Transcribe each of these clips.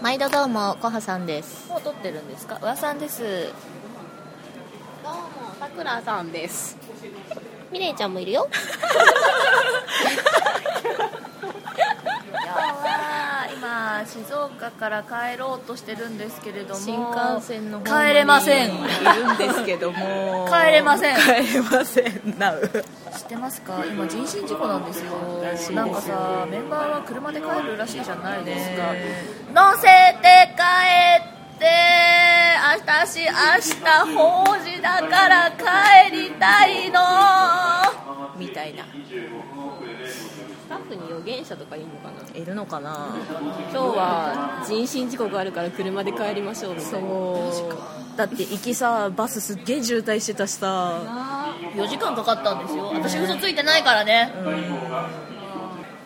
毎度どうもコハさんですもう撮ってるんですか和さんですどうも、さくらさんです。ミレイちゃんもいるよ今日は今静岡から帰ろうとしてるんですけれども新幹線の方に帰れませんいるんですけども。 帰れません帰れません。なう。知ってますか今人身事故なんですよしいですよなんかさメンバーは車で帰るらしいじゃないですか乗せて帰って私明日法事だから帰りたいのみたいな。スタッフに予言者とかいるのかないるのかな。今日は人身事故があるから車で帰りましょうみたいなそう。だって行きさバスすっげえ渋滞してたしさ4時間かかったんですよ私嘘ついてないからね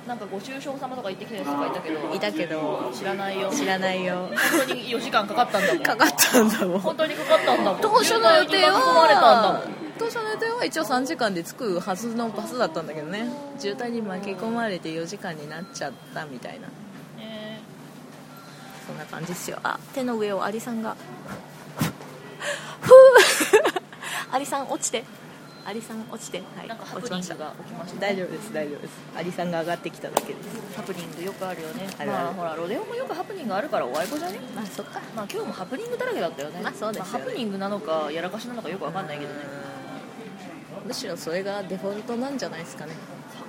なんかご愁傷様とか行ってきたやつとかいたけどいたけど知らないよ知らない よ本当に4時間かかったんだもんかかったんだもん本当にかかったんだもん当初の予定渋滞に巻き込まれたんだはもん当初の予定は一応3時間で着くはずのバスだったんだけどね渋滞に巻き込まれて4時間になっちゃったみたいなねそんな感じっすよあ手の上をアリさんがふうアリさん落ちてアリさん落ちてはいなんかハ落プちニンましグたが起きました大丈夫です大丈夫ですアリさんが上がってきただけですハプニングよくあるよねあるあるまあほらロデオもよくハプニングあるからおあいこじゃねまあそっかまあ今日もハプニングだらけだったよねまあそうですよねハプニングなのかやらかしなのかよくわかんないけどねむしろそれがデフォルトなんじゃないですかね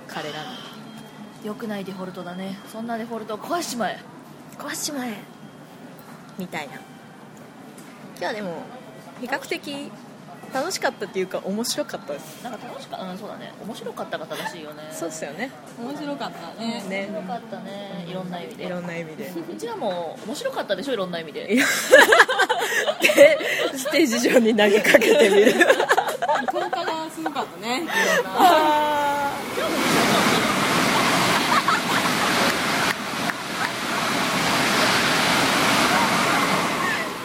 彼らのよくないデフォルトだねそんなデフォルトを壊しちまえ壊しちまえみたいな今日はでも比較的楽しかったっていうか面白かったですなんか楽しかうんそうだね面白かったが正しいよねそうですよね面白かったねね面白かったねいろんな意味でいろんな意味でうちらも面白かったでしょいろんな意味でやでステージ上に投げかけてみる効果がすごかったねあ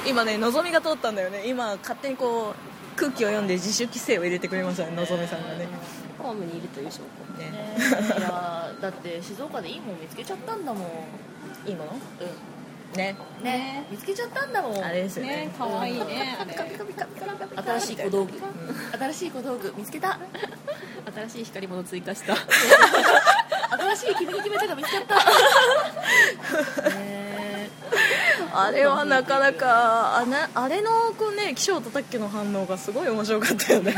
ー今ねのぞみが通ったんだよね今勝手にこう空気を読んで自主規制を入れてくれましたねのぞみさんがねホームにいるという証拠ねねえいやーだって静岡でいいもん見つけちゃったんだもんいいものねね見つけちゃったんだもんあれですよね可愛いねあれ新しい小道具新しい小道具見つけた新しい光り物追加した新しい君に決めたが見つかったねあれはなかなかあなあれのこうね岸本卓球の反応がすごい面白かったよ ね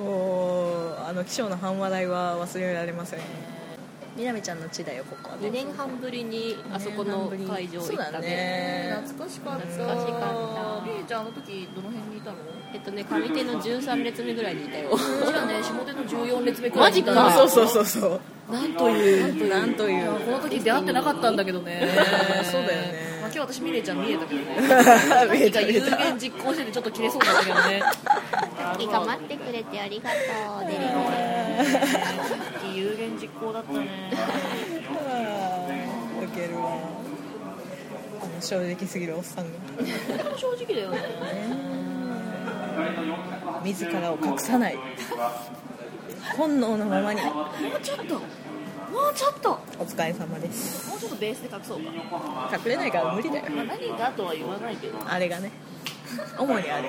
もうあの岸本の半笑いは忘れられませんみなみちゃんの地だよここは2ね年半ぶりにあそこの会場そう行っだたねえね懐かしかった懐かしかったりえちゃんあの時どの辺にいたのえっとね上手の13列目ぐらいにいたようちらね下手の14列目くらマいにジいたかのあそうそうそうそうなんというなんといいやうこの時出会ってなかったんだけどねねそうだよねまあ、今日私ミレイちゃん見えたけどね見えがた有言実行しててちょっと切れそうだったけどねいいか待ってくれてありがとうデリいい有言実行だったねウケるわあの正直すぎるおっさんが正直だよね自らを隠さない本能のままにもうちょっともうちょっともお疲れ様ですうちょっとベースで隠そうか、隠れないから無理だよまあ、何がとは言わないけどあれがね主にあれ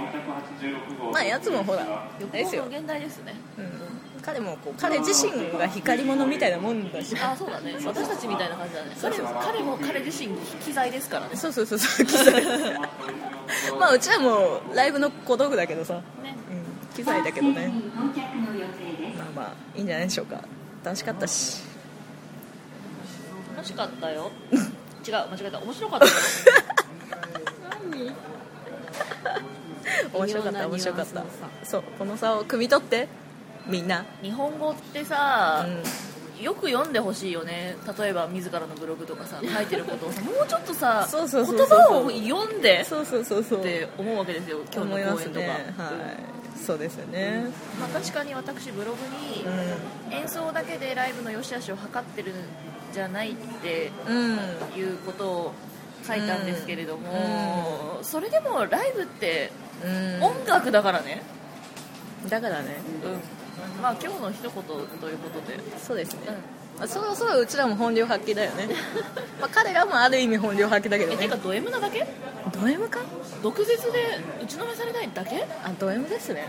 まあやつもほらあれです横よの、現代ですねうん、彼もこう彼自身が光り物みたいなもんだしああそうだね私たちみたいな感じだね彼も彼も彼自身機材ですからねそうそうそうそう 機材まあうちはもうライブの小道具だけどさ、ねうん、機材だけどねまあまあいいんじゃないでしょうか楽しかったし楽しかったよ 違う間違えた面白か ったよ面白かった面白かったそうこの差を汲み取ってみんな、日本語ってうさ、ん、よく読んでほしいよね例えば自らのブログとかさ書いてること をさもうちょっとさそう言そうそうそう葉を読んでそうそうそうそうって思うわけですよ今日の思いま講す演とか、ねはいそうですよねまあ、確かに私ブログにう演奏だけでライブの良し悪しを測ってるんじゃないってん、うん、いうことを書いたんですけれども、うそれでもライブってうん音楽だからね、だからねうんまあ今日の一言ということで、そうですね、まあそろそろうちらも本領発揮だよね まあ彼らもある意味本領発揮だけどえてねかド M なだけド M か毒舌で打ちのめされたいだけあド M ですね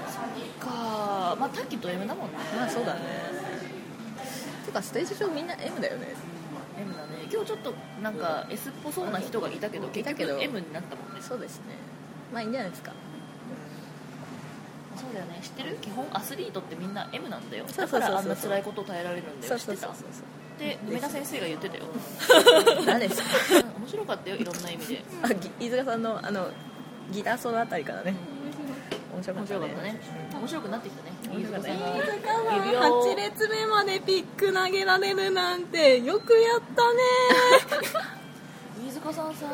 かまあタッキード M だもんねまあそうだねてかステージ上みんな M だよね M だね今日ちょっとなんか S っぽそうな人がいたけど結いたけど局 M になったもんねそうですねまあいいんじゃないですかそうだよね知ってる基本アスリートってみんな M なんだよそうだそうそかうそうらあんな辛いことを耐えられるんだそよう知そっうてそうたそうで梅田先生が言って たよ何ですかうん面白かったよいろんな意味で あぎ飯塚さんのあのギターソロあたりからね面白か面ったね白かったね面白くなってきたね飯塚さんが指輪を8列目までピック投げられるなんてよくやった飯塚さんさ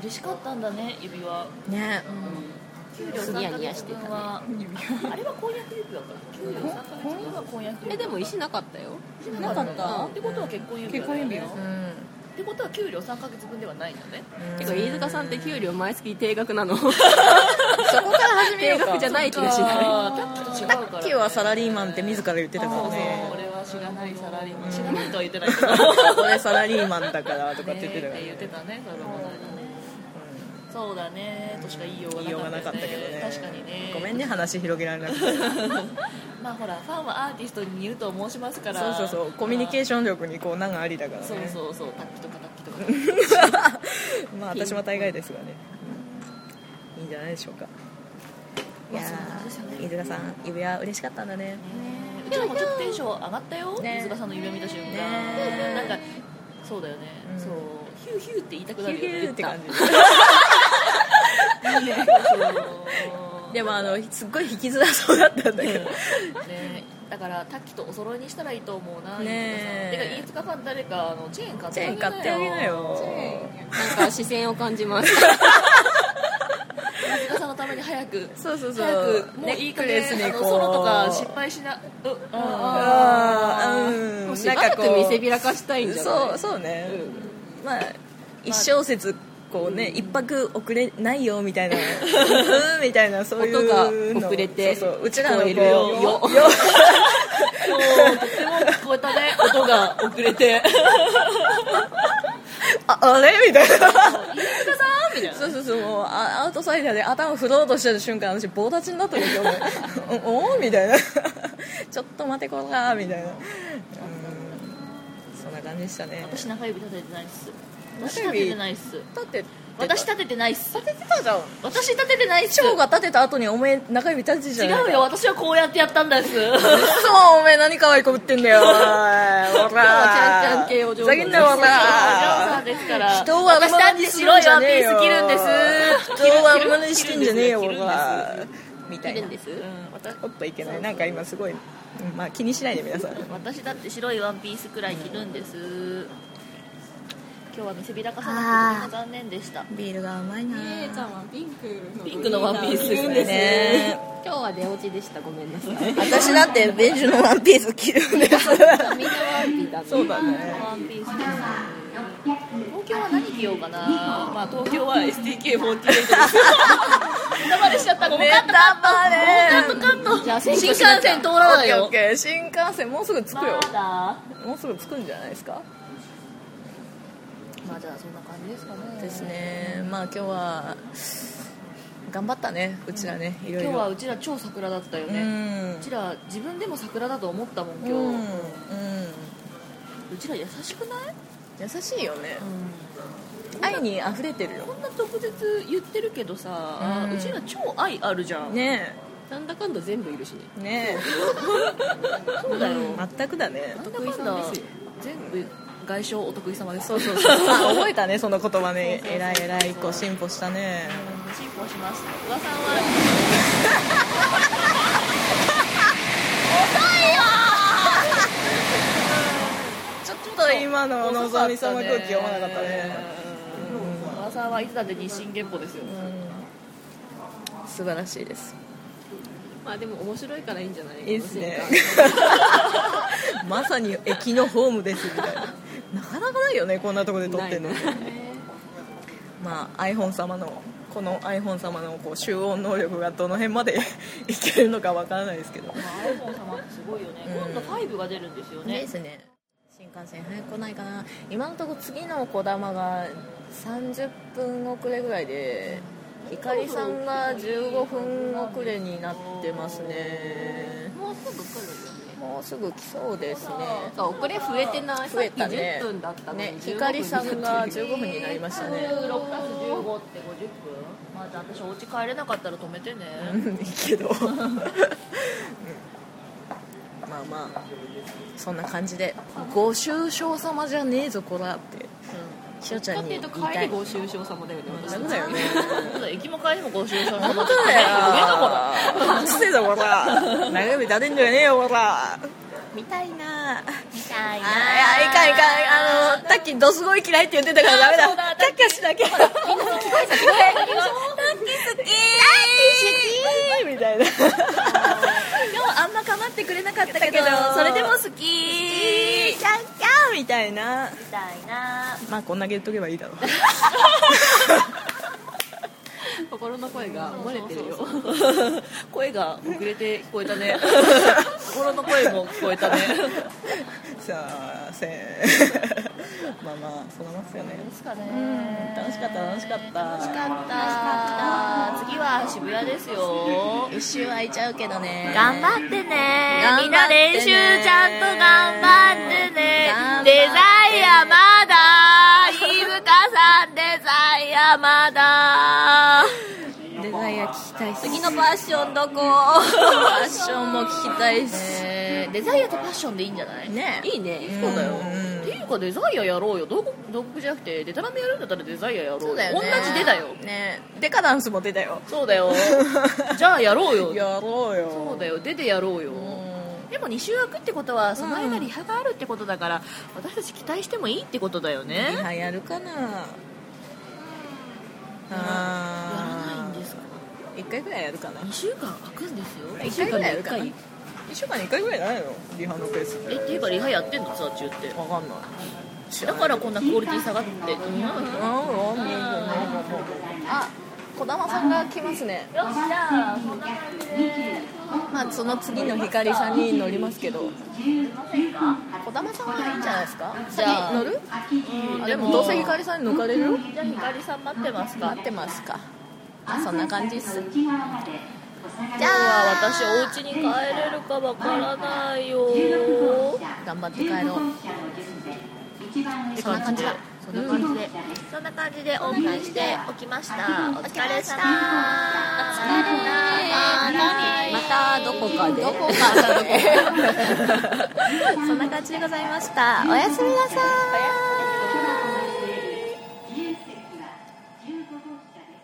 嬉しかったんだね指輪ねね給料3ヶ月分はあれは婚約指輪か給料3ヶ月分は婚約指輪えでも石なかったよなかったってことは結婚指輪だよねうんってことは給料3ヶ月分ではないのねてか飯塚さんって給料毎月定額な のそこから始めよ定うか額じゃない気がしないあタッキーと違うからタッキーはサラリーマンって自ら言ってたかそうらそうね俺は知らないサラリーマン知らないとは言ってないけどね俺サラリーマンだからとかえって言ってたからって言ってたねそれもねうそうだねとしか言いよん言いうようががななかかっったたでけすどね確かにねごめんね話広げられなくてまあほらファンはアーティストに言うと申しますからそうそうそうコミュニケーション力にこう難がありだからねそうそうそうタッキーとかタッキーとかタッキーまあ私も大概ですがねいいんじゃないでしょうかいやー飯塚さん指輪嬉しかったんだねうちらもちょっとテンション上がったよ、ね水塚さんの夢見た瞬間、ねなんかそうだよね、うんそうヒューヒューって言いたくヒなュるーよヒねューって感じいいねそうでもあのすっごい引きづらそうだったんだけどねだからタッキーとお揃いにしたらいいと思うなね飯塚さんてか飯塚さん誰かあのチェーン買っチてェあーげンな買よってあげなよなんか視線を感じます飯塚さんのために早くそうそうそ早うくもういいかネげックレスんあにのこうソロとか失敗しなうああもーううんしばらく見せびらかしたいんじゃないそうそうね、まあ一小節こうね、一泊遅れないよみたいな うーんみたいなそういうの音が遅れてそうそううちらのこう聞こえるよよよよーそうとっても聞こえたね音が遅れてああれみたいな飯塚さんみたいなそうそうそうもうあアウトサイダーで頭振ろうとしてる瞬間私棒立ちになった時思う おおみたいなちょっと待てこらみたいなうんそんな感じでしたね私中指立ててないっす私中立指ててないっす立てて私立ててないっすてたじゃん私立ててないっす翔が立てた後におめえ中指立ててじゃ違ないかうよ私はこうやってやったんですそうおめえ何可愛い子ぶってんだよおいおらゃんちゃん系おふ嬢様ざけんなよおらですから人は私だって白いワンピース着るんです人は真似してんじゃねえよおらみたいいるなんですうん私おっといけないなんか今すごい、うんまあ気にしないで皆さん私だって白いワンピースくらい着るんです、今日は見せびらかさなくてとても残念でしたビールがうまいな姉ちゃんはピンクのピンクのワンピースですねね今日は出落ちでしたごめんなさい私だってベージュのワンピース着るんですみんなワンピだねそうだねワンピースです東京は何着ようかなまあ東京は STK48 ですネタバレしちゃったごめんカットカットカットカットじゃあ選新挙幹しなきゃ線通らないオよッケー新幹線もうすぐ着まくよだもうすぐ着くんじゃないですかまあじゃあそんな感じですかねですねまあ今日は頑張ったねうちらねいろいろ今日はうちら超桜だったようね、んうちら自分でも桜だと思ったもん今日、ううんうんちら優しくない、優しいよね愛に溢れてるよこんな特別言ってるけどさ、ううんちら超愛あるじゃん、ねなんだかんだ全部いるしねえねそうだよ、え全くだねなんだ得意かんさんだですよ全部外傷お得意様ですそうそうそうあ覚えたねその言葉ねえらいえらい一個進歩したね進歩します小田さんはちょっと今ののぞみ様空気読まなかったね小田さんはいつだって日進月歩ですよ、素晴らしいですまあでも面白いからいいんじゃないいいですね まさに駅のホームですみたいななかなかないよねこんなとこで撮ってんのないまあ iPhone 様のこの iPhone 様のこう集音能力がどの辺まで いけるのかわからないですけどまあ iPhone 様ってすごいよね、うん今度5が出るんですよねですね新幹線早く来ないかな今のところ次のこだまが30分遅れぐらいでひかりさんが15分遅れになってますねもうすぐ来るよねもうすぐ来そうですねそう遅れ増えてない増えたねさっき10分だったのにね15ひかりさんが15分になりましたね16たす15って50分まあじゃあ私お家帰れなかったら止めてねうんいいけどうんまあまあそんな感じでご愁傷様じゃねえぞこらってしおちゃだんっにてい言ういと帰たりいご愁傷様だよね私ダメだよねそうだ駅も帰りもご愁傷本様当だようるせえぞこら長指立てんじゃねえよこら見たいなあみたいいやいかんいかんあのタッキーどすごい嫌いって言ってたからダメだタッキーしだけタッキー好きタッキー好きみたいな今日あんま構ってくれなかったけどそれでも好き好きキャンキャンみたいなみたいなまあこんだけ言っとけばいいだろう心の声が漏れてるよ声が遅れて聞こえた ね心の声も聞こえたねさあせーまあまあそんなもんっすよねですかね楽しかった楽しかった楽し楽しかった次は渋谷ですよ一周空いちゃうけどね頑張ってね頑張ってねみんな練習ちゃんと頑張ってね頑張ってねデザイアまだ飯深さんデザイアまだデザイア聞きたいっす次のパッションどこパッションも聞きたいしえーデザイアとパッションでいいんじゃないねいいねそうだうよんっていうかデザイアやろうよ同国同国じゃなくてデタラメやるんだったらデザイアやろうよそうだよ同ねじ出だよねデカダンスも出たよそう だよじゃあやろうよやろうよそうだよ出てやろうようんでも2週空くってことはその間リハがあるってことだから、私たち期待してもいいってことだよねリハやるかなやらないあんですかー一回ぐらいやるかな2週間空くんですよ一回ぐらいやるかな一週間に一一週間に一回ぐらいじゃないのリハのペース回えっていうかリハやってんのツアー中ってわかんないだからこんなクオリティ下がってうんようんうんうんうんあ児玉さんが来ますねしじゃあそんな感じでまあその次の光さんに乗りますけど児玉さんはいいんじゃないですかじゃあ先乗るあででももどうせ光さんに抜かれるよじゃあひかりさん待ってますか待ってますかそんな感じっすじゃあ私お家に帰れるかわからないよ頑張って帰ろうそんな感じだそんな感じでそんな感じでお迎えしておきましたお疲れ様でしたまたどこかでどこか そんな感じでございましたおやすみなさい自由席は15号車です。